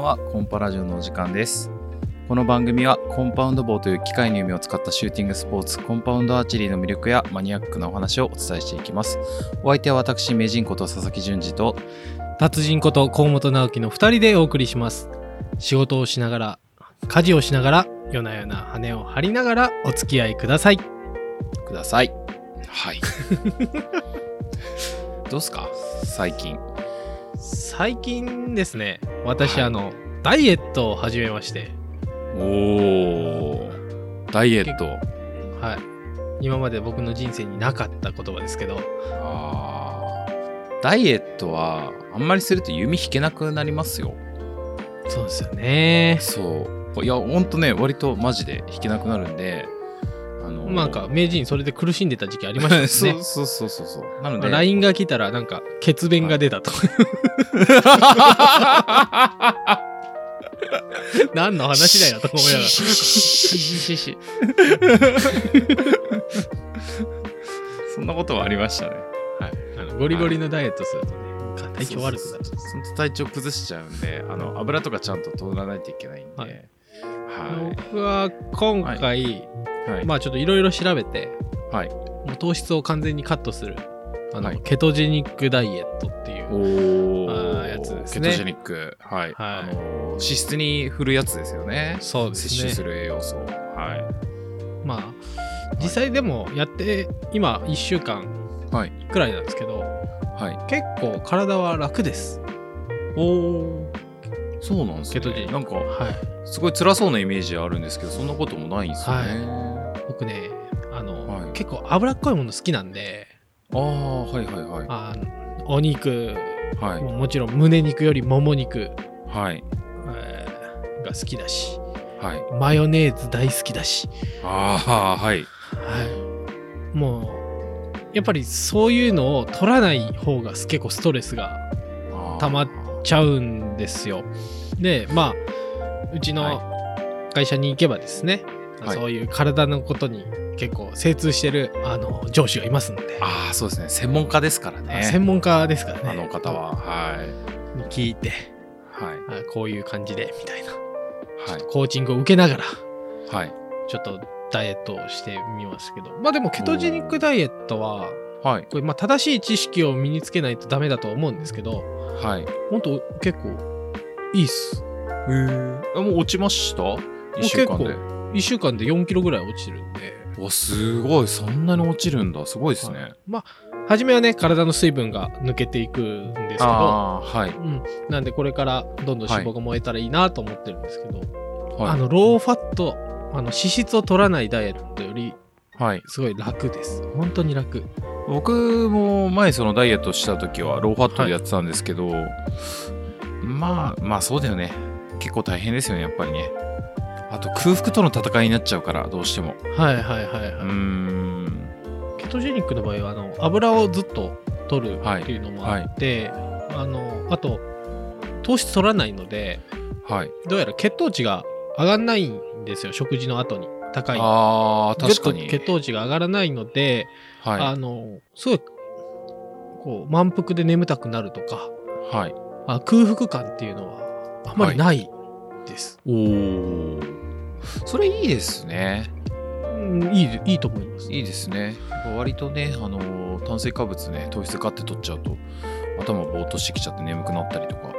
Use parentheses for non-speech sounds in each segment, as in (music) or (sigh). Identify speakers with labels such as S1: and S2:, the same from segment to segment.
S1: はコンパラジオのお時間ですこの番組はコンパウンド棒という機械の弓を使ったシューティングスポーツコンパウンドアーチェリーの魅力やマニアックなお話をお伝えしていきますお相手は私名人こと佐々木淳二と
S2: 達人こと河本直樹の2人でお送りします仕事をしながら家事をしながら夜な夜な羽を張りながらお付き合いください
S1: くださいはい (laughs) どうっすか最近
S2: 最近ですね私、
S1: はい
S2: あのダイエットを始めまして、
S1: おおダイエット
S2: はい、今まで僕の人生になかった言葉ですけど
S1: あーダイエットはあんまりすると弓引けなくなりますよ
S2: そうですよね
S1: そういやほんとね割とマジで弾けなくなるんであの
S2: なんか名人それで苦しんでた時期ありま (laughs) したし
S1: そ
S2: ね
S1: う (laughs) そうそうそうそうなの
S2: ま
S1: で
S2: あ LINE が来たらなんか血便が出たと、 (laughs) 何の話だよと思いながら (laughs)
S1: そんなことはありましたね
S2: はい、あのゴリゴリのダイエットするとね、か体調悪くな
S1: そう
S2: る。
S1: そうそうそう体調崩しちゃうんであの油とかちゃんと取らないといけないんでは
S2: はいい僕は今回、
S1: はい
S2: まあちょっといろいろ調べて、
S1: はい
S2: もう糖質を完全にカットする、あの、
S1: はい
S2: ケトジェニックダイエットっていう。
S1: お
S2: あ
S1: ー
S2: ーやつです
S1: ケ
S2: ね
S1: トジェニックはい、
S2: はい
S1: あのー脂質に振るやつですよね
S2: そうですね。
S1: 摂取する栄養素は
S2: まあ、実際でもやって、今1週間
S1: いはい
S2: くらいなんですけど、
S1: はい
S2: 結構体は楽です。
S1: おおそうなんですね
S2: ケトジェニック
S1: なんか
S2: はい。
S1: すごい辛そうなイメージあるんですけどそんなこともないんですよね、
S2: 僕ね、あの、
S1: はい
S2: 結構脂っこいもの好きなんで、
S1: ああはいはいはい
S2: あのお肉、
S1: はい
S2: ももちろん胸肉よりもも肉、
S1: はい
S2: えーが好きだし
S1: はい
S2: マヨネーズ大好きだし、
S1: ああはい
S2: はい、もうやっぱりそういうのを取らない方が結構ストレスが
S1: あー
S2: 溜まっちゃうんですよでまあうちの会社に行けばですね、
S1: はい
S2: そういう体のことに結構精通してるあの上司がいますので、
S1: ああそうですね専門家ですからね
S2: 専門家ですからね
S1: あの方ははい
S2: に聞いて
S1: はい
S2: あこういう感じでみたいな
S1: はい
S2: コーチングを受けながら
S1: はい
S2: ちょっとダイエットをしてみますけどまあでもケトジェニックダイエットは
S1: はい
S2: これまあ正しい知識を身につけないとダメだとは思うんですけど
S1: はい
S2: 本当結構いいっす
S1: えー、あもう落ちました1週間で
S2: 1週間で4キロぐらい落ちてるんで
S1: おすごいそんなに落ちるんだすごいですね、
S2: はまあ初めはね体の水分が抜けていくんですけど、
S1: ああはい
S2: うん、なんでこれからどんどん脂肪が燃えたらいいなと思ってるんですけど、
S1: はい
S2: あのローファットあの脂質を取らないダイエットより
S1: はい
S2: すごい楽です本当に楽
S1: 僕も前そのダイエットした時はローファットでやってたんですけど、まあまあそうだよね結構大変ですよねやっぱりねあと空腹との戦いになっちゃうからどうしても
S2: はいはいはいうは
S1: ー
S2: い、
S1: ん
S2: ケトジェニックの場合はあの油をずっと取る
S1: はい
S2: っていうのもあって、あのあと糖質取らないので
S1: はい
S2: どうやら血糖値が上がらないんですよ食事の後に高い
S1: あー
S2: ぐっ
S1: 確
S2: と
S1: かに
S2: 血糖値が上がらないので、
S1: は
S2: あのすごいこう満腹で眠たくなるとか
S1: いはい
S2: あ空腹感っていうのはあまりないです、
S1: おおそれいいですね
S2: うん、いいいいと思います
S1: いいですねやっぱ割とねあのー炭水化物ね糖質ガッて取っちゃうと頭ぼーっとしてきちゃって眠くなったりとか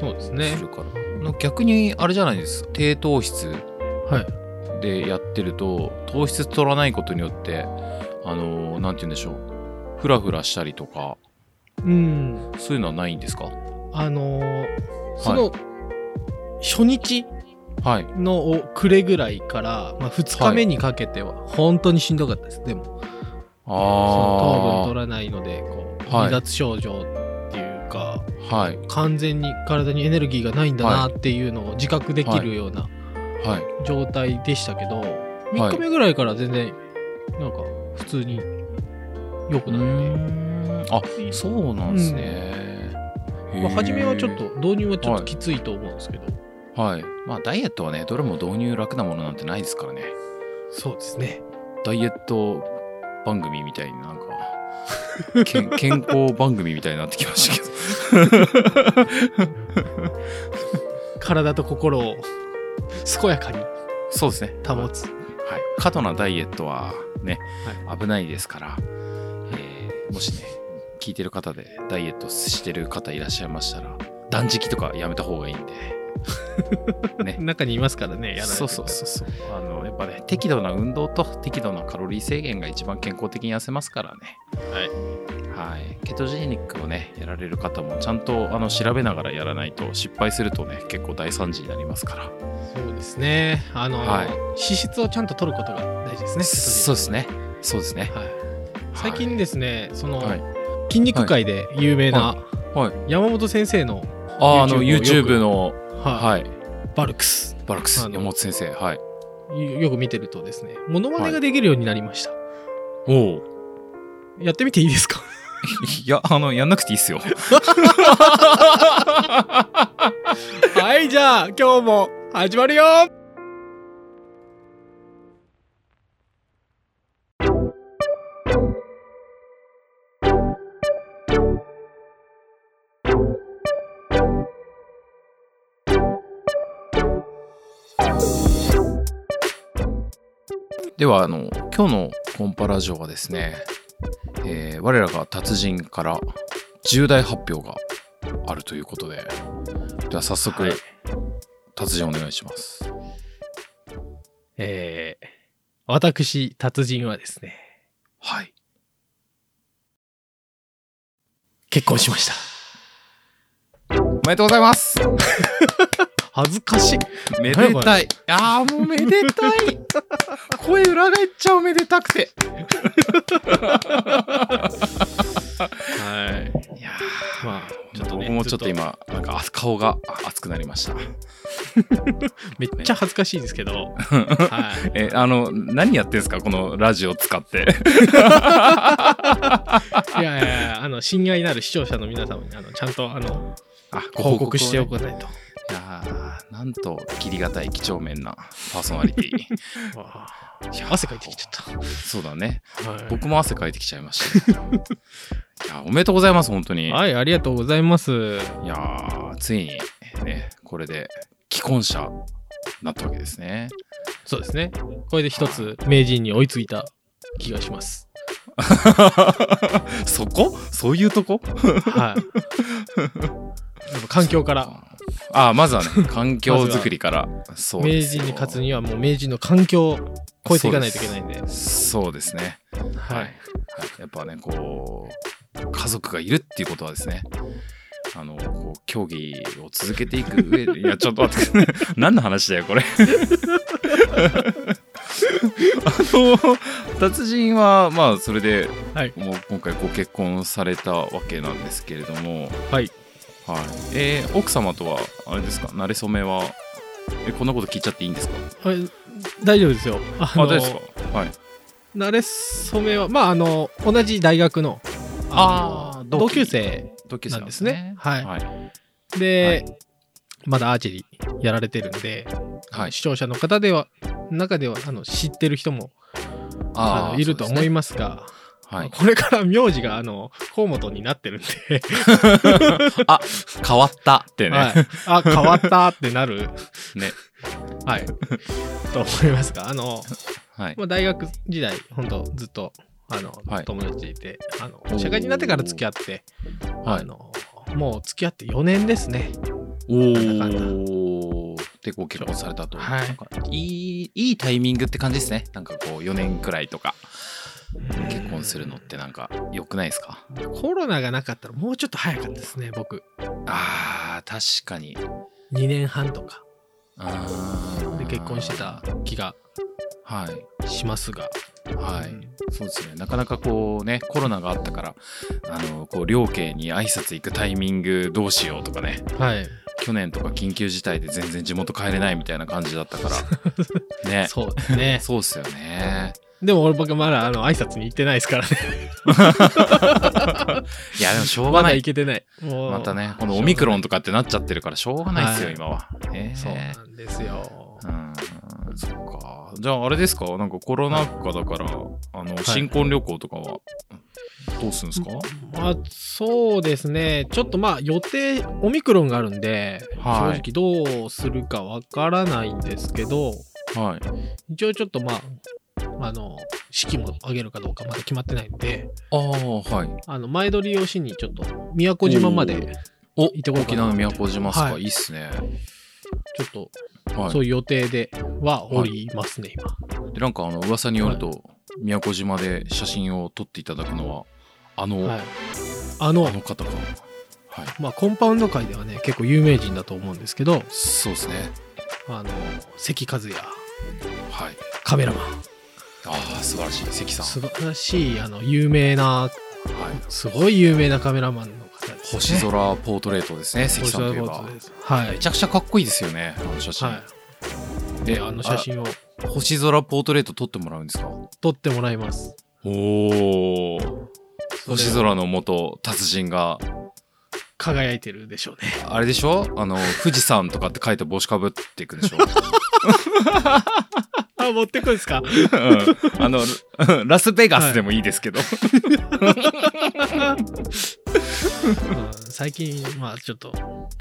S2: そうですね
S1: するから、の逆にあれじゃないです低糖質
S2: はい
S1: でやってると糖質取らないことによってあのーなんて言うんでしょうフラフラしたりとか
S2: うん
S1: そういうのはないんですか
S2: あのその、初日
S1: はい
S2: の暮れぐらいから、まあ、2日目にかけては本当にしんどかったです、でもその糖分
S1: あ
S2: 取らないのでこう
S1: はい
S2: 離脱症状っていうか、
S1: あはい
S2: 完全に体にエネルギーがないんだなっていうのを自覚できるような
S1: はい
S2: 状態でしたけど、
S1: い
S2: 3日目ぐらいから全然なんか普通に良く
S1: うー
S2: なっ
S1: んあ
S2: て、
S1: そうなんですね、へー
S2: まあ、初めはちょっと導入はちょっときついと思うんですけど、
S1: はいまあダイエットはねどれも導入楽なものなんてないですからね
S2: そうですね
S1: ダイエット番組みたいになんかけん健康番組みたいになってきましたけど
S2: 体と心を健やかに
S1: そうですね。
S2: 保つ。
S1: はい、過度なダイエットはね、危ないですから、えーもしね聞いてる方でダイエットしてる方いらっしゃいましたら断食とかやめた方がいいんでね
S2: 中にいますからね、やらない
S1: そうそうそうそうあのやっぱね適度な運動と適度なカロリー制限が一番健康的に痩せますからね
S2: はい
S1: はいケトジェニックをねやられる方もちゃんとあの調べながらやらないと失敗するとね結構大惨事になりますから
S2: そうですね。あの、
S1: はい
S2: 脂質をちゃんと取ることが大事ですね。
S1: そうですねそうですね
S2: はい。最近ですね、その、
S1: はい
S2: 筋肉界で有名な
S1: はいは
S2: 山本先生の、
S1: あーあの
S2: YouTube
S1: YouTube の
S2: は
S1: はい
S2: い、バルクス
S1: バラック
S2: あ
S1: ス
S2: の
S1: 山本先生はい
S2: よよく見てるとですね、モノマネができるようになりました。
S1: おお
S2: やってみていいですか
S1: い (laughs) やあのやんなくていいっすよ
S2: (laughs) はい、じゃあ今日も始まるよ
S1: (laughs) ではあの今日のコンパラジオはですね、えー我らが達人から重大発表があるということででは早速、
S2: はい
S1: 達人お願いします
S2: えー、私、達人はですね、
S1: はい
S2: 結婚しました。
S1: おめでとうございます
S2: 恥ずかしい。
S1: め
S2: で
S1: で
S2: た
S1: たいあーもうめで (laughs) たい声裏返っちゃうめでたくて
S2: はい。
S1: いや
S2: まあ、
S1: ちょっと僕もちょっと今なんかあ顔が熱くなりました
S2: めっちゃ恥ずかしいですけど、はい、
S1: えあの何やってんすかこのラジオ使って
S2: いやいやいやあの親愛なる視聴者の皆様にあのちゃんとあの
S1: あ
S2: (laughs) 報告しておかないと。
S1: いやーなんと切りがたい几帳面なパーソナリテ
S2: (laughs)
S1: ィ
S2: わあ汗かいてきちゃっ
S1: そうだね
S2: た。は
S1: 僕も汗かいてきちゃいました、 (laughs) ね、いやーおめでとうございます本当に、
S2: い、はい、ありがとうございます。
S1: い、やーついにねこれで既婚者になったわけです
S2: (laughs)
S1: ね
S2: そうですね。これで一つ名人に追いついた気がします。
S1: そこそういうとこ
S2: はい。やっぱ環境から
S1: あーまずはね環境づくり
S2: (laughs)
S1: から、そう
S2: 名
S1: です
S2: 人
S1: よ
S2: に勝つにはもう名人の環境を超えていかないといけないんで。
S1: そうですね
S2: は
S1: はい
S2: い。、
S1: やっぱねこう家族がいるっていうことはですねあのこう競技を続けていく上でいや
S2: (laughs)
S1: ちょっと待って何の話だよこれあの達人はまあそれで
S2: はい。
S1: もう今回ご結婚されたわけなんですけれども、
S2: はい。
S1: はいえー奥様とはあれですか馴れ初めはえこんなこと聞いちゃっていいんですか
S2: あれ大丈夫ですよ。あ
S1: あ
S2: の
S1: 大丈夫ですかはい
S2: なれそめはまああの同じ大学の
S1: あー
S2: あの同
S1: 同
S2: 級
S1: 級
S2: 生
S1: 同級
S2: な
S1: 生
S2: んですね。はい、
S1: はい
S2: で、まだアーチェリーやられてるんで、
S1: はい
S2: 視聴者の方では中ではあの知ってる人もあ
S1: ー
S2: のいると
S1: そう
S2: 思
S1: です
S2: い
S1: ね
S2: ますが
S1: はい
S2: これから名字があの河本になってるんで、
S1: あ変わったってね、
S2: (laughs) はい、あ変わったってなる
S1: ね
S2: (laughs) はいと思いますがあの、
S1: はい
S2: まあ、大学時代本当ずっとあの、
S1: はい
S2: 友達いてあの
S1: ー
S2: 社会になってから付き合って
S1: は
S2: あ
S1: い
S2: のもう付き合って4年ですねなんだか
S1: おおでご結婚されたと、
S2: はい
S1: なんかいいいいタイミングって感じですねなんかこう4年くらいとか結婚するのってなんか良くないですか
S2: コロナがなかったらもうちょっと早かったですね僕
S1: あー確かに
S2: 2年半とか
S1: あー
S2: で結婚してた気が
S1: はい
S2: しますが
S1: は
S2: うん
S1: いそうですねなかなかこうねコロナがあったからあのこう両家に挨拶行くタイミングどうしようとかね
S2: はい、
S1: 去年とか緊急事態で全然地元帰れないみたいな感じだったから
S2: (laughs)
S1: ね
S2: そうですね
S1: そうっすよね
S2: でも俺僕まだあの挨拶に行ってないです (laughs) からね
S1: いやでもしょう
S2: ま
S1: がな
S2: だ
S1: い
S2: 行けてないもう
S1: またね、このオミクロンと
S2: か
S1: かってなっちゃってるから、しょうがないですよ、
S2: はい
S1: 今は。ねえ
S2: そうなんですよ
S1: うん、そっか。じゃあ、あれですか、なんかコロナ禍だから、あの、新婚旅行とかはどうするんですか
S2: まあ、そうですね。ちょっとまあ予定、オミクロンがあるんで、
S1: はい
S2: 正直どうするかわからないんですけど、
S1: はい。
S2: 一応ちょっとまあ、あの、式も上げるかどうかまだ決まってないんで、
S1: ああ、はい。
S2: あの、前撮りをしにちょっと宮古島まで、
S1: お、
S2: 行ってこようか
S1: 沖
S2: な
S1: 縄の宮古島っすか、、
S2: はいい
S1: いっすね。
S2: ちょっと、
S1: はい。
S2: そういう予定ではおりますね、今。
S1: でなんかあの噂によると、宮古島で写真を撮っていただくのはあの、
S2: はい。あの
S1: あ、の方かはい
S2: まあ、コンパウンド界ではね、結構有名人だと思うんですけど、
S1: そうですね
S2: あの、関和也、
S1: はい
S2: カメラマン、
S1: ああ素晴らしい関さ
S2: 素
S1: ん、
S2: 晴らしい、あの、有名な
S1: はい、
S2: すごい有名なカメラマンの方です、ね。
S1: 星空ポートレートですね関さんといえば
S2: 星空ポーズです。はい
S1: め。ちゃくちゃかっこいいですよねあの写真、
S2: は
S1: で
S2: い。あの写真を
S1: あ星空ポートレート撮ってもらうんですか
S2: 撮ってもらいます。
S1: おお
S2: れ
S1: 星空の元達人が
S2: 輝いてるでしょうね。 (laughs)
S1: あれでしょあの富士山とかって書いて帽子かぶっていくで
S2: (laughs)
S1: しょ
S2: あ、持ってくんですか
S1: うんあの、ララスベガスでもいいですけど。
S2: うん最近、まあちょっと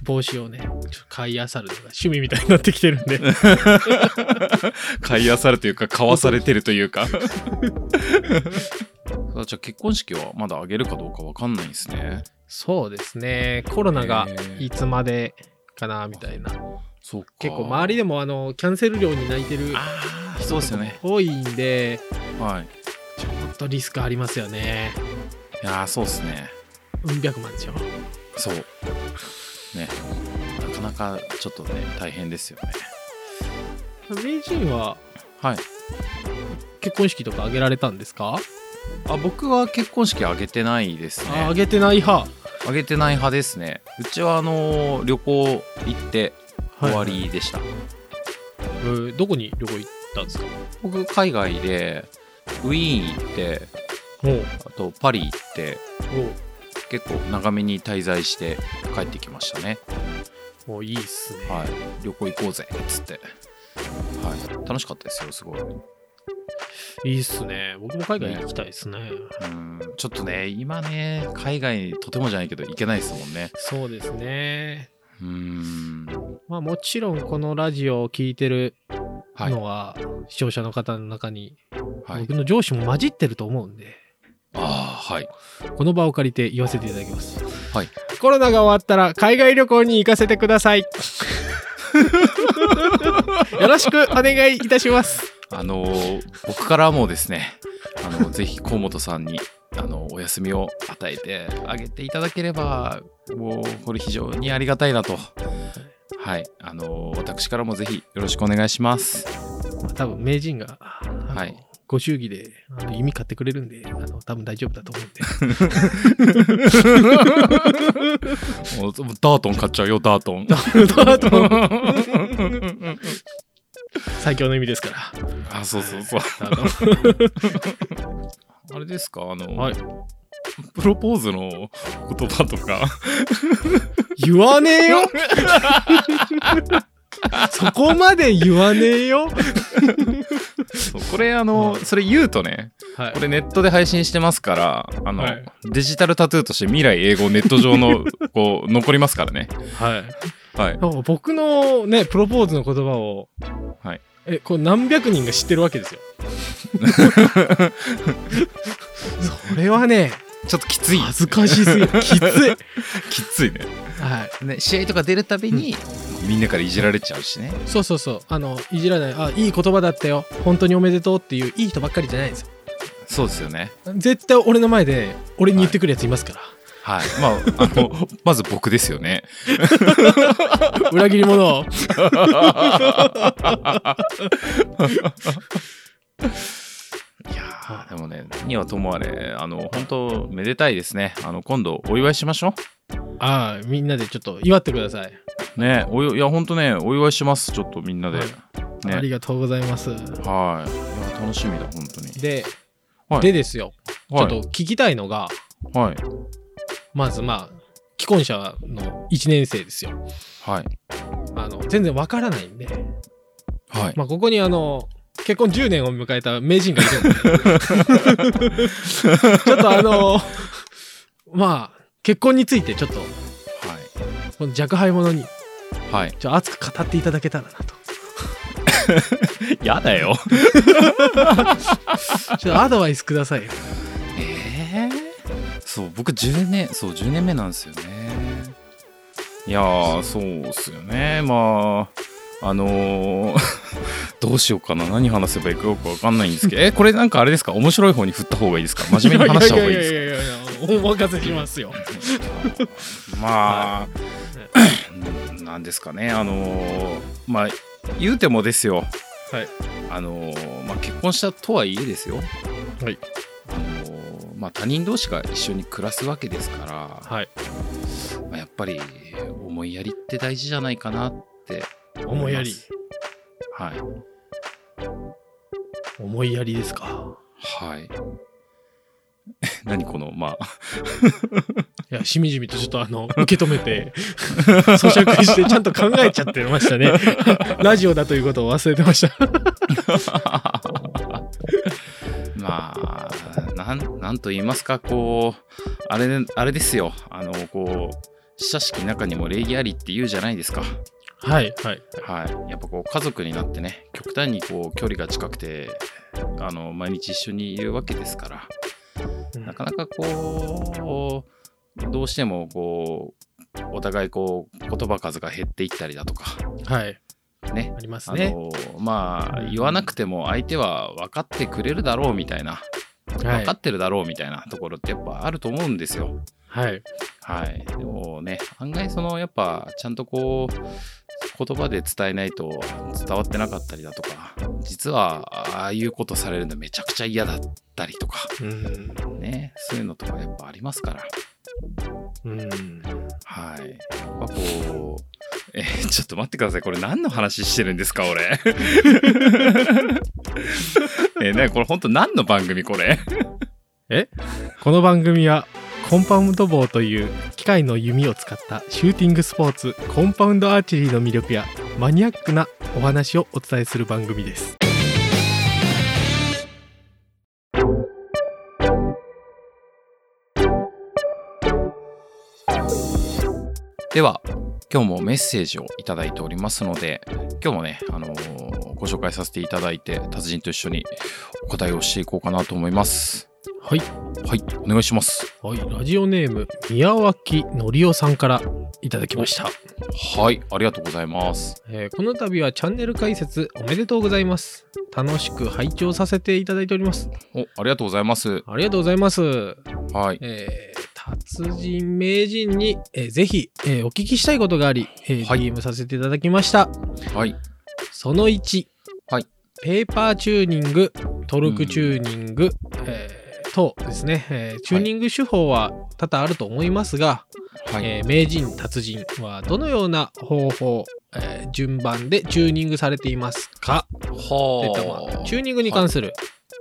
S2: 帽子をね、ちょっと買い漁るのが趣味みたいになってきてるん
S1: (laughs)
S2: で、
S1: 買いあさるというか、買わされてると (laughs) いうか。そうじゃあ結婚式はまだあげるかどうかわかんないんですね。
S2: そうですね、コロナが
S1: へー
S2: いつまでかなみたいな。
S1: そうか。
S2: 結構周りでもあの、キャンセル料に泣いてる
S1: ああ、そうですよね。
S2: 多いんで、
S1: はい。
S2: ちょっとリスクありますよね。
S1: いやーそうですね。
S2: うん、百万でしょ。
S1: そう。ね。なかなかちょっとね、大変ですよね。
S2: 名人は
S1: はい。
S2: 結婚式とか挙げられたんですか
S1: あ、僕は結婚式あげてないですね。
S2: あ、あげてない派。
S1: あげてない派ですね。うちはあのー旅行行って終わりでした。
S2: えーどこに旅行行ったんですか
S1: 僕海外でウィーン行って
S2: おう
S1: あとパリ行って
S2: お
S1: 結構長めに滞在して帰ってきましたね、
S2: うもういいっすね、
S1: はい、旅行行こうぜっつって、はい、楽しかったですよすごい
S2: い、いっすね僕も海外行きたいですね
S1: うんちょっとね今ね海外にとてもじゃないけど行けないですもんね
S2: そうですね
S1: うん
S2: まあもちろんこのラジオを聞いてる
S1: はい、
S2: のは、視聴者の方の中に、
S1: はい、
S2: 僕の上司も混じってると思うんで
S1: ああはい
S2: この場を借りて言わせていただきます
S1: はい
S2: コロナが終わったら海外旅行に行かせてく
S1: (laughs)
S2: ださいよろしくお願いいたします
S1: あのー僕からもですねあの (laughs) ぜひ河本さんにあのお休みを与えてあげていただければもうこれ非常にありがたいなとはいあのー私からもぜひよろしくお願いします
S2: まあ多分名人が、あの
S1: はい
S2: ご祝儀であの弓買ってくれるんであの多分大丈夫だと思
S1: (laughs)
S2: うん
S1: も
S2: で
S1: うダートン買っちゃうよダート (laughs) ン
S2: 最強の意味ですから
S1: あそうそうそう
S2: あの
S1: あれですかあの、
S2: はい
S1: プロポーズの言葉とか
S2: 言わねえよ
S1: (laughs)
S2: そこまで言わねえよ、
S1: そうこれあの、
S2: うん
S1: それ言うとね
S2: はい
S1: これネットで配信してますからあの、
S2: はい
S1: デジタルタトゥーとして未来英語ネット上のこう残りますからね
S2: はい、
S1: はい
S2: なんか僕のねプロポーズの言葉を、
S1: はい
S2: えこう何百人が知ってるわけで
S1: (laughs)
S2: すよそれはね
S1: ちょっときつい
S2: 恥ずかしすぎる
S1: (laughs)
S2: きつい、
S1: きついね
S2: はい、
S1: ね試合とか出るたびに、みんなからいじられちゃうしね
S2: そうそうそうあのいじらないあいい言葉だったよ本当におめでとうっていういい人ばっかりじゃないんですよ
S1: そうですよね
S2: 絶対俺の前で俺に言ってくるやついますから、
S1: はいまああの (laughs) まず僕ですよね
S2: 裏切
S1: (laughs)
S2: り者を
S1: いやーでもね何はともあれあの本当めでたいですねあの今度お祝いしましょ
S2: ああみんなでちょっと祝ってください、
S1: うねおよいや本当ねお祝いしますちょっとみんなで、
S2: はあ
S1: ね
S2: りがとうございます
S1: はいいや楽しみだ本当に
S2: で、
S1: はい
S2: でですよ、
S1: はい
S2: ちょっと聞きたいのが
S1: はい
S2: まずまあ既婚者の1年生ですよ
S1: はい
S2: あの全然わからないんで、
S1: はい
S2: まあ、ここにあの結婚10年を迎えた名人がいるんで (laughs) ちょっとあのまあ結婚についてちょっとこの若輩者に
S1: はい。はい。
S2: ちょっと熱く語っていただけたらなと (laughs)
S1: やだよ。
S2: ちょっとアドバイスくださいよ
S1: ええそう、僕10年、そう、10年目なんですよね。いやー、そうっすよね。まあ、あのー (laughs) どうしようかな。何話せばいいかよくわかんないんですけど。え、これなんかあれですか面白い方に振った方がいいですか真面目に話した方がいいですか
S2: やいやいやいやお任せしますよ
S1: まあ、なんですかね、あのーまあ、言うてもですよ、
S2: はい
S1: あのーまあ、結婚したとはいえですよ、
S2: はい
S1: あのーまあ、他人同士が一緒に暮らすわけですから、
S2: はい
S1: まあやっぱり思いやりって大事じゃないかなって
S2: 思いやり
S1: ます。はい、
S2: 思いやりですか
S1: はい、 (laughs) 何この、まあ、
S2: いやしみじみとちょっとあの受け止めて (laughs) 咀嚼してちゃんと考えちゃってまし
S1: (laughs)
S2: たねラジオだということを忘れてました
S1: (laughs) まあ、なん、なんと言いますか、こう、あれ、あれですよ。あの、こう、親しき中にも礼儀ありって言うじゃないですか。
S2: はいはい
S1: はい。やっぱこう、家族になってね、極端にこう、距離が近くて、あの、毎日一緒にいるわけですから、なかなかこう、どうしてもこう、お互いこう、言葉数が減っていったりだとか、
S2: はい
S1: ね。
S2: あります
S1: あ
S2: ね
S1: の、まあ、言わなくても相手は分かってくれるだろうみたいな。
S2: は
S1: 分
S2: い
S1: かってるだろうみたいなところってやっぱあると思うんですよ。
S2: はい
S1: はい。でもね、案外そのやっぱちゃんとこう言葉で伝えないと伝わってなかったりだとか、実はああいうことされるのめちゃくちゃ嫌だったりとか、
S2: うん
S1: ね、そういうのとかやっぱありますから。
S2: うん
S1: はい。やっぱこう、えーちょっと待ってください。これ何の話してるんですか、俺。 (laughs) えー、ね、これ本当何の番組これ。
S2: この番組はコンパウンド棒という機械の弓を使ったシューティングスポーツコンパウンドアーチェリーの魅力やマニアックなお話をお伝えする番組です。
S1: では今日もメッセージをいただいておりますので今日もね、あのーご紹介させていただいて達人と一緒にお答えをしていこうかなと思います
S2: はい、
S1: はいお願いします
S2: はい、ラジオネーム宮脇のりおさんからいただきました、
S1: はいありがとうございます
S2: えーこの度はチャンネル解説おめでとうございます楽しく拝聴させていただいております
S1: おありがとうございます
S2: ありがとうございます
S1: はい
S2: えー達人名人に、えーぜひ、えーお聞きしたいことがあり、えー
S1: はい
S2: DM させていただきました
S1: はい
S2: その1、
S1: はい
S2: ペーパーチューニングトルクチューニング、えー等ですね、えーチューニング手法は多々あると思いますが、
S1: はい、
S2: えー名人達人はどのような方法、えー順番でチューニングされていますかといったまあ
S1: はあ
S2: チューニングに関する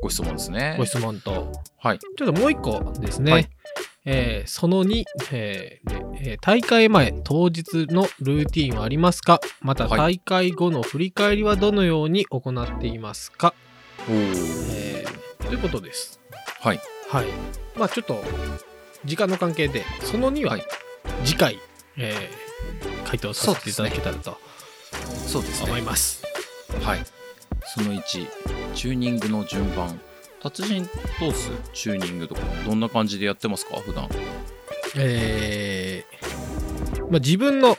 S1: ご質問ですね
S2: ご質問と、
S1: はい
S2: ちょっともう一個ですね、
S1: はい
S2: えーその2、えーでえー大会前当日のルーティンはありますかまた
S1: は
S2: 大会後の振り返りはどのように行っていますか、
S1: おー
S2: えーということです
S1: はい
S2: はいまあちょっと時間の関係でその2は
S1: はい
S2: 次回、えー回答させていただけたらと
S1: そうです
S2: 思い
S1: ね
S2: ます
S1: はいその1チューニングの順番達人通すチューニングとかどんな感じでやってますか普段
S2: えーまあ、自分の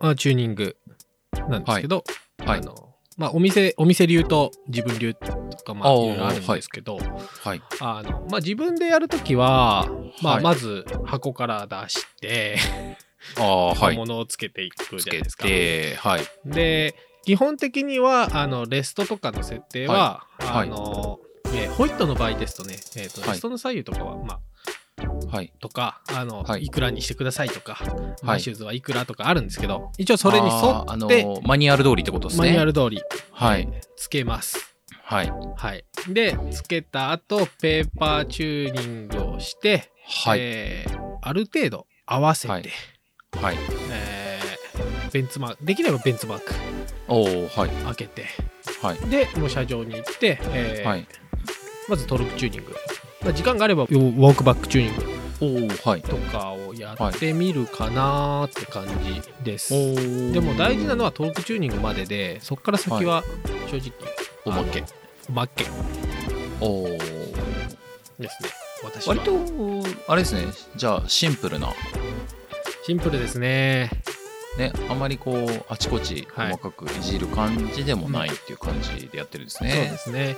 S2: あチューニングなんですけど、
S1: はい
S2: あのまあ、お店お店流と自分流とかまあ
S1: あ
S2: い
S1: ー
S2: ろいろあるんですけど、
S1: はい
S2: あのまあ、自分でやるときは、ま
S1: は
S2: あ、
S1: い
S2: まず箱から出して、
S1: ああはい
S2: 物をつけていく
S1: つ
S2: じゃな
S1: け
S2: いですか。
S1: て、はい。
S2: で基本的にはあのレストとかの設定は、
S1: はい
S2: あのえーホイットの場合ですとね、えーと
S1: はい
S2: レストの左右とかは、まあ、
S1: はい。
S2: とかあの、
S1: はい
S2: い、くらにしてくださいとか、マッシューズはいくらとかあるんですけど一応それに沿
S1: あーあ
S2: っ
S1: の
S2: て、
S1: ーマニュアル通りってことです
S2: マ
S1: ね。
S2: ニュアル通り
S1: はい。
S2: つけます。
S1: はい。
S2: はい、でつけた後ペーパーチューニングをして、
S1: はい。
S2: えーある程度合わせて、
S1: はいはい。
S2: えーベンツマークできればベンツマーク
S1: おおはい。
S2: 開けて、
S1: はい
S2: で模写場に行って、えー
S1: はい
S2: まずトルクチューニング、まあ、時間があればウォークバックチューニング
S1: おおはい
S2: とかをやってみるかなーって感じです、
S1: お
S2: でも大事なのはトルクチューニングまででそこから先は正直、
S1: おまけ
S2: おまけ
S1: おお
S2: ですね私は
S1: 割とあれですねじゃあシンプルな
S2: シンプルですね
S1: ねあまりこうあちこち細かくいじる感じでもないっていう感じでやってるんです
S2: そうで
S1: ね、
S2: すね。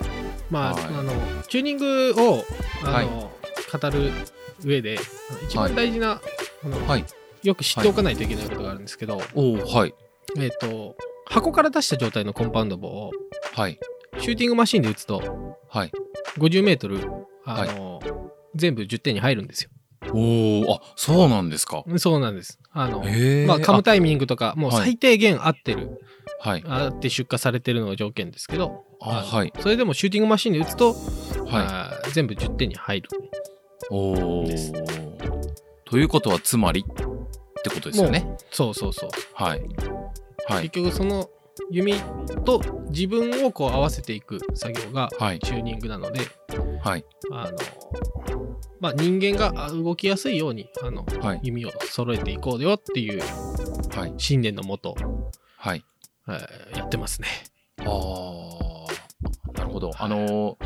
S2: まあ、
S1: はい
S2: あのチューニングをあの、語る上で一番大事な、あの
S1: はい
S2: よく知っておかないといけないことがあるんですけど、
S1: おおはい
S2: えっ、と箱から出した状態のコンパウンド棒を
S1: はい
S2: シューティングマシンで打つと
S1: はい
S2: 50メートルあの、全部10点に入るんです
S1: おおあそうなんですか
S2: よ。そうなんです。あの
S1: へえ
S2: まあ、噛むタイミングとかもう
S1: はい
S2: 最低限合ってる、
S1: はい
S2: 合って出荷されてるのが条件ですけど
S1: あはい
S2: それでもシューティングマシンで打つと、
S1: は
S2: あー全部10点に入る
S1: いおお
S2: です
S1: ということはつまりってことですよね
S2: そうそうそう
S1: はいはい
S2: 結局その弓と自分をこう合わせていく作業が
S1: はい
S2: チューニングなので
S1: はい
S2: あの、まあ、人間があ動きやすいようにあの
S1: はい
S2: 弓を揃えていこうよっていう
S1: はい
S2: 信念のもと、
S1: はい
S2: えーやってますね。
S1: ああなるほどあの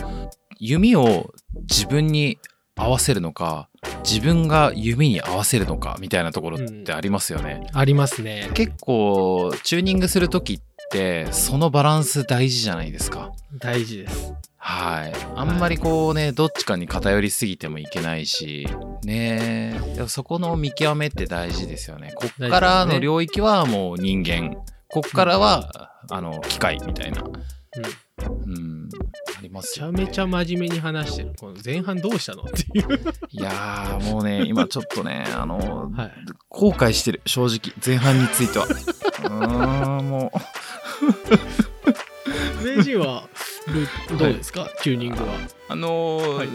S1: 弓を自分に合わせるのか自分が弓に合わせるのかみたいなところってありますよね、
S2: ありますね。
S1: 結構チューニングする時ってそのバランス大事じゃないですか
S2: 大事です。
S1: はいあんまりこうねどっちかに偏りすぎてもいけないしねえでもそこの見極めって大事ですよねこっからの領域はもう人間こっからはあの機械みたいな
S2: うん、め
S1: うんあります
S2: ち
S1: よ
S2: ゃ
S1: ね
S2: めちゃ真面目に話してる。この前半どうしたのって (laughs) いう。
S1: いやーもうね今ちょっとねあの
S2: はい、
S1: 後悔してる正直前半について
S2: (laughs)
S1: はうーんもう
S2: 名人はルどうですか、チューニングは。
S1: あのー
S2: はい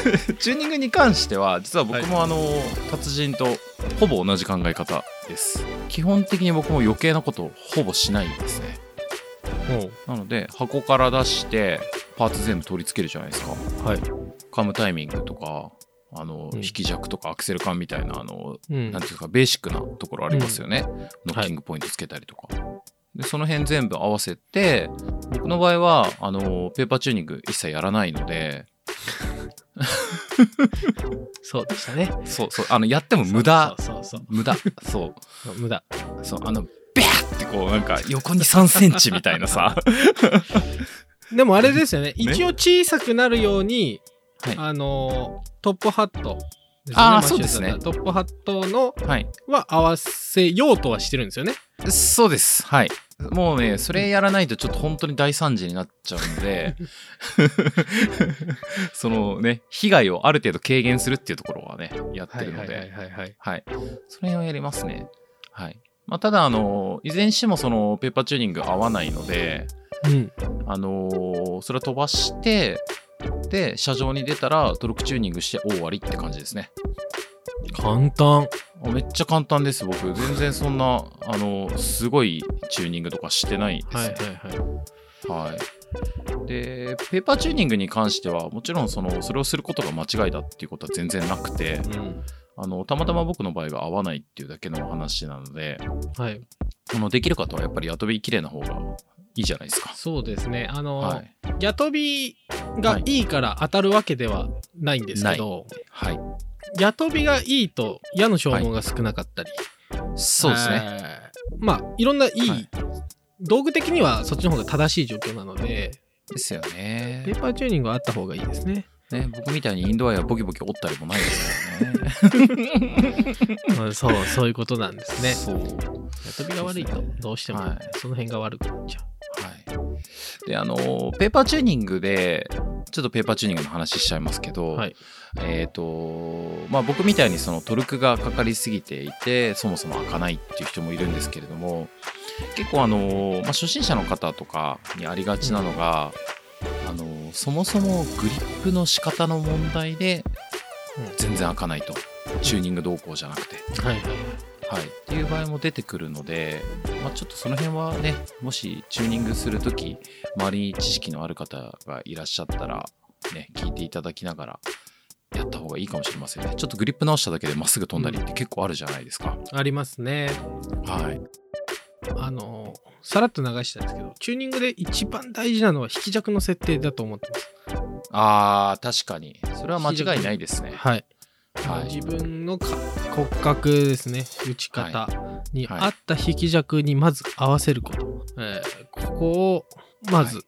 S1: (laughs) チューニングに関しては実は僕
S2: はい
S1: もあのー達人とほぼ同じ考え方です基本的に僕も余計なことをほぼしないんですねなので箱から出してパーツ全部取り付けるじゃないですか
S2: はい。
S1: 噛むタイミングとかあのー
S2: うん
S1: 引き弱とかアクセル感みたいなあのー
S2: うん
S1: なんていうかベーシックなところありますよね、ノッ
S2: は
S1: キ
S2: い
S1: ングポイントつけたりとか、でその辺全部合わせて僕の場合はあのペーパーチューニング一切やらないので
S2: そうでしたね。
S1: そうそうあのやっても無駄
S2: そうそう
S1: 無駄そう
S2: そう。無駄。
S1: そうあのビャーってこうなんか横に3センチみたいなさ
S2: でもあれですよね。一応小さくなるように、
S1: はい
S2: あのートップハットですね、
S1: あー
S2: マッシュルさんが
S1: そうですね
S2: トップハットの
S1: はい
S2: (laughs) は合わせようとはしてるんですよね。
S1: そうですはいもうねそれやらないとちょっと本当に大惨事になっちゃうので (laughs) そのね被害をある程度軽減するっていうところはねやってるので、
S2: はいはい。
S1: はい。それをやりますね。はい。まあ、ただ、あの、いずれにしても、その、ペーパーチューニング合わないので、
S2: うん。
S1: あのーそれは飛ばして、で、車上に出たら、トルクチューニングしてお終わりって感じですね。
S2: 簡単。
S1: あめっちゃ簡単です、僕。全然そんな、あのすごいチューニングとかしてないで
S2: はい
S1: す
S2: はい
S1: ね。
S2: は
S1: はい。で、ペーパーチューニングに関しては、もちろん、その、それをすることが間違いだっていうことは全然なくて、
S2: い。うん。
S1: あの、たまたま僕の場合が合わないっていうだけの話なので、
S2: はい。
S1: あのできる方はやっぱり雇び綺麗な方がいいじゃないですか。
S2: そうですね。あのー、
S1: はい。
S2: 矢飛びがいいから当たるわけではないんですけど、
S1: はい。
S2: 矢飛びがいいと矢の消耗が少なかったり、
S1: そうですね。
S2: えー。まあいろんないい、
S1: はい
S2: 道具的にはそっちの方が正しい状況なので、
S1: ですよね
S2: ペーパーチューニングはあった方がいいですね。
S1: ね。僕みたいにインドアやボキボキ折ったりもないですから (laughs) ね。
S2: うんそうそういうことなんですね。
S1: そう。
S2: やとびが悪いとどうしても
S1: はい
S2: その辺が悪くなっちゃ
S1: はい。で、あの、ペーパーチューニングで、ちょっとペーパーチューニングの話しちゃいますけど、
S2: う。はい。
S1: えっ、と、まあ僕みたいにそのトルクがかかりすぎていて、そもそも開かないっていう人もいるんですけれども、結構あの、まあ、初心者の方とかにありがちなのが、あのそもそもグリップの仕方の問題で
S2: うん
S1: 全然開かないとチューニング動向じゃなくて、
S2: はいはい。
S1: はい、っていう場合も出てくるので、まあ、ちょっとその辺はねもしチューニングする時周りに知識のある方がいらっしゃったら、ね、聞いていただきながらやった方がいいかもしれませんねちょっとグリップ直しただけでまっすぐ飛んだりって結構あるじゃないですか、
S2: ありますね。
S1: はい
S2: あのさらっと流したんですけどチューニングで一番大事なのは引き弱の設定だと思ってます。
S1: あー確かにそれは間違いないですね
S2: はい、
S1: はい
S2: 自分のか骨格ですね打ち方に合った引き弱にまず合わせること、えーここをまず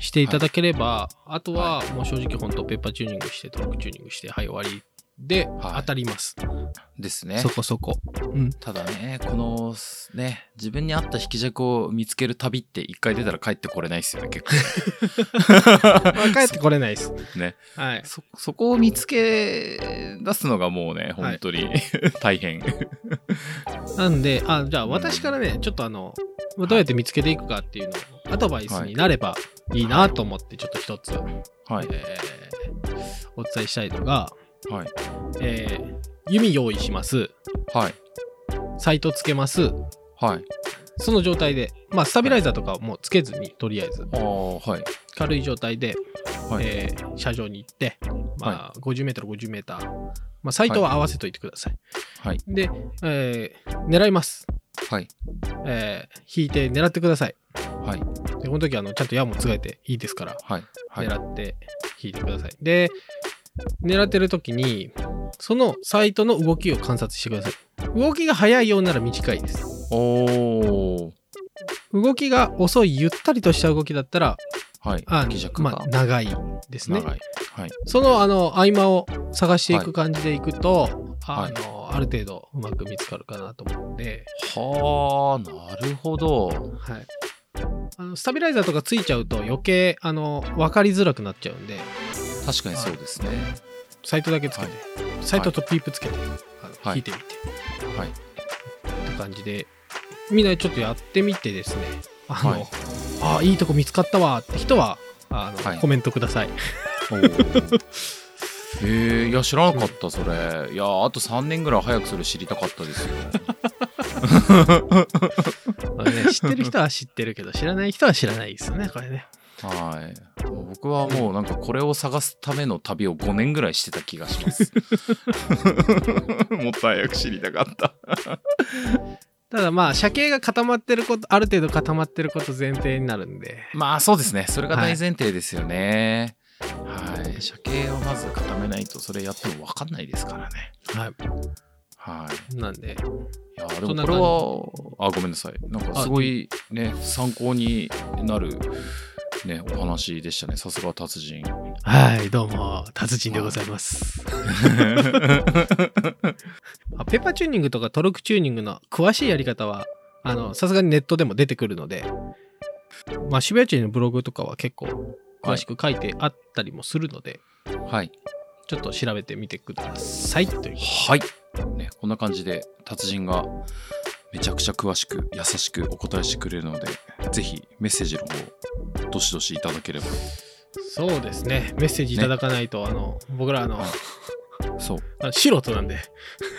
S2: していただければ、あとはもう正直本当ペッパーチューニングしてトラックチューニングしてはい終わりで
S1: はい
S2: 当たります、
S1: ですね
S2: そこそこ、うん、
S1: ただねこのね自分に合った引き尺を見つける旅って一回出たら帰ってこれないですよね結 (laughs) 構
S2: まあ帰ってこれないです
S1: ね
S2: はい
S1: そそこを見つけ出すのがもうね本当に、 (laughs) 大変
S2: なんであじゃあ私からねちょっとあのまあどうやって見つけていくかっていうのをアドバイスになればいいなと思ってちょっと一つ、
S1: はい
S2: えーお伝えしたいのが、
S1: はい
S2: えー弓用意します
S1: はい
S2: サイトつけます
S1: はい
S2: その状態でまあスタビライザーとかはもうつけずにとりあえず
S1: あーはい
S2: 軽い状態で、
S1: はい
S2: えー車上に行って、まあ、50m50m、まあ、サイトは合わせといてください、
S1: はい
S2: で、えー狙います、
S1: はい
S2: えー引いて狙ってください
S1: はい
S2: でこの時あのちゃんと矢もつがえていいですから
S1: はいはい
S2: 狙って引いてください、で狙ってる時にそのサイトの動きを観察してください動きが速いようなら短いです
S1: おー
S2: 動きが遅いゆったりとした動きだったら
S1: はい
S2: あ
S1: 引き尺が、
S2: まあ長いですね
S1: 長いはい
S2: そのあの合間を探していく感じでいくと、
S1: はい
S2: あのある程度うまく見つかるかなと思うんで、
S1: はあなるほど
S2: はい、あのスタビライザーとかついちゃうと余計あの分かりづらくなっちゃうんで
S1: 確かにそうですね
S2: サイトだけつけて、
S1: は
S2: サイトとピープつけて、あの
S1: はい
S2: 引いてみて、
S1: はい
S2: って感じでみんなちょっとやってみてですねあの、
S1: はい
S2: あいいとこ見つかったわって人はあの、
S1: はい
S2: コメントください
S1: おーえー、いや知らなかったそれいやあと3年ぐらい早くそれ知りたかったですよ
S2: あ
S1: (laughs)
S2: のね知ってる人は知ってるけど知らない人は知らないですよねこれね
S1: はいもう僕はもうなんかこれを探すための旅を5年ぐらいしてた気がします (laughs) もっと早く知りたかった
S2: ただまあ車形が固まってることある程度固まってること前提になるんで
S1: まあそうですねそれが大前提ですよねはい、車形をまず固めないとそれやっても分かんないですからね
S2: は
S1: はい
S2: いなんで
S1: いや
S2: そん
S1: で
S2: な
S1: もこれはあごめんなさいなんかすごいね参考になるねお話でしたねさすが達 (laughs) 人
S2: はいどうも達人でございますあペーパーチューニングとかトルクチューニングの詳しいやり方はあのさすがにネットでも出てくるので、まあ、渋谷チューニングのブログとかは結構詳しく書いてあったりもするので、
S1: はい
S2: ちょっと調べてみてくださいという
S1: はい、ね、こんな感じで達人がめちゃくちゃ詳しく優しくお答えしてくれるのでぜひメッセージの方どしどしいただければ
S2: そうですねメッセージいただかないと、あの僕らあの
S1: はいそ
S2: あの素人なんで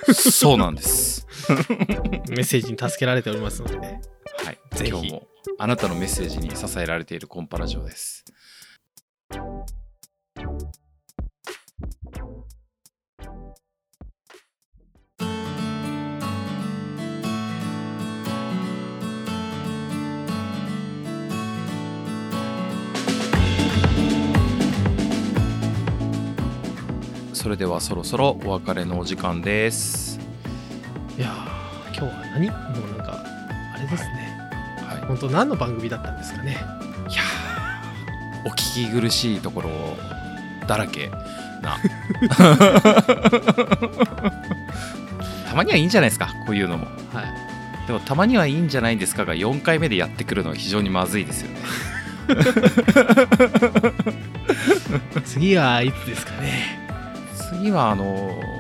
S1: うそうなんです
S2: メッセージに助けられておりますので
S1: はい
S2: ぜひ
S1: 今日もあなたのメッセージに支えられているコンパラジオですそれではそろそろお別れのお時間です。
S2: いやー今日は何もうなんかあれですね
S1: はい
S2: 本当何の番組だったんですかね
S1: いやーお聞き苦しいところだらけな (laughs) たまにはいいんじゃないですかこういうのも
S2: はい
S1: でもたまにはいいんじゃないですかが4回目でやってくるのは非常にまずいですよね
S2: (laughs) 次はいつですかね
S1: 次はあのー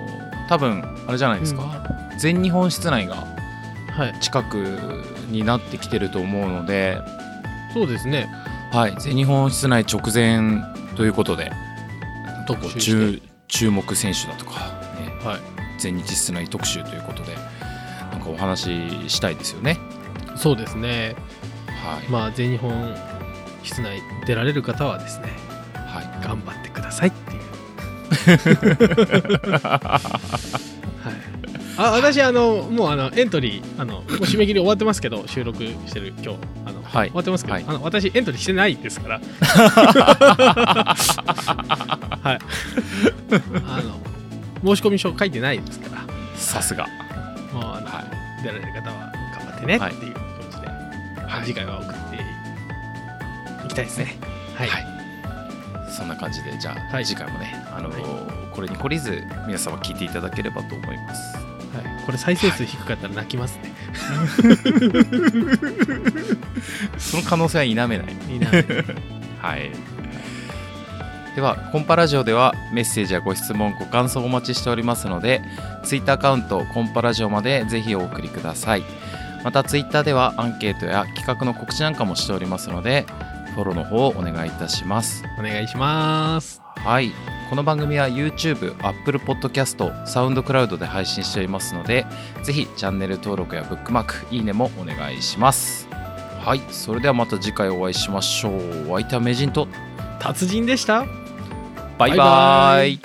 S1: 多分あれじゃないですか、全日本室内が
S2: はい
S1: 近くになってきてると思うので、
S2: そうですね
S1: はい、全日本室内直前ということで
S2: 特
S1: こう
S2: 集して
S1: 注注目選手だとか、ね、
S2: はい
S1: 全日室内特集ということでなんかかお話ししたいですよね。
S2: そうですね
S1: はい。
S2: まあ全日本室内出られる方はですね
S1: はい。
S2: 頑張ってください
S1: (laughs)
S2: っていうはいあ私あのもうあのエントリーあのもう締め切り終わってますけど収録してる今日あの、
S1: はい
S2: 終わってますけど、
S1: はい
S2: あの私エントリーしてないで
S1: (laughs)
S2: すからはいあの申込書書いてないですから
S1: さすが。
S2: もうあの、
S1: は
S2: 出られる方は頑張ってね
S1: はい
S2: っていう気持ちで、
S1: はい
S2: 次回は送っていきたいですね。はい、
S1: はいそんな感じで、じゃあ、
S2: はい
S1: 次回もね、あのーこれに懲りず、皆様聞いていただければと思います。
S2: はいこれ再生数低かったら泣きますね。
S1: その可能性は否めない。
S2: みんなで
S1: はい。では、コンパラジオではメッセージやご質問、ご感想をお待ちしておりますので、ツイッターアカウント、コンパラジオまでぜひお送りください。また、ツイッターではアンケートや企画の告知なんかもしておりますので、フォローの方をお願いいたします。
S2: お願いします。
S1: はい。この番組は YouTube、Apple Podcast、SoundCloud で配信しておりますので、ぜひチャンネル登録やブックマーク、いいねもお願いします。はい。それではまた次回お会いしましょう。お相手は名人と
S2: 達人でした。
S1: バイバ
S2: バイバ
S1: ー
S2: ー
S1: イ
S2: イ